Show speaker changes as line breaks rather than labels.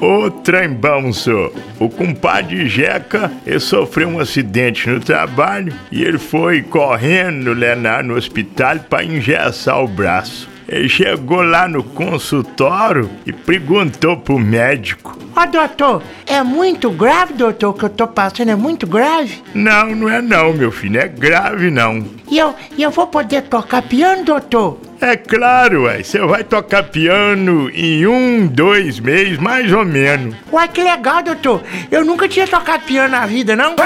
Ô trembão, senhor. O compadre Jeca, ele sofreu um acidente no trabalho e ele foi correndo lá na- no hospital para engessar o braço. Ele chegou lá no consultório e perguntou pro médico.
Ó, doutor, é muito grave, doutor, o que eu tô passando é muito grave.
Não, não é não, meu filho, é grave não.
E eu, e eu vou poder tocar piano, doutor?
É claro, ué, você vai tocar piano em um, dois meses, mais ou menos.
Uai, que legal, doutor. Eu nunca tinha tocado piano na vida, não?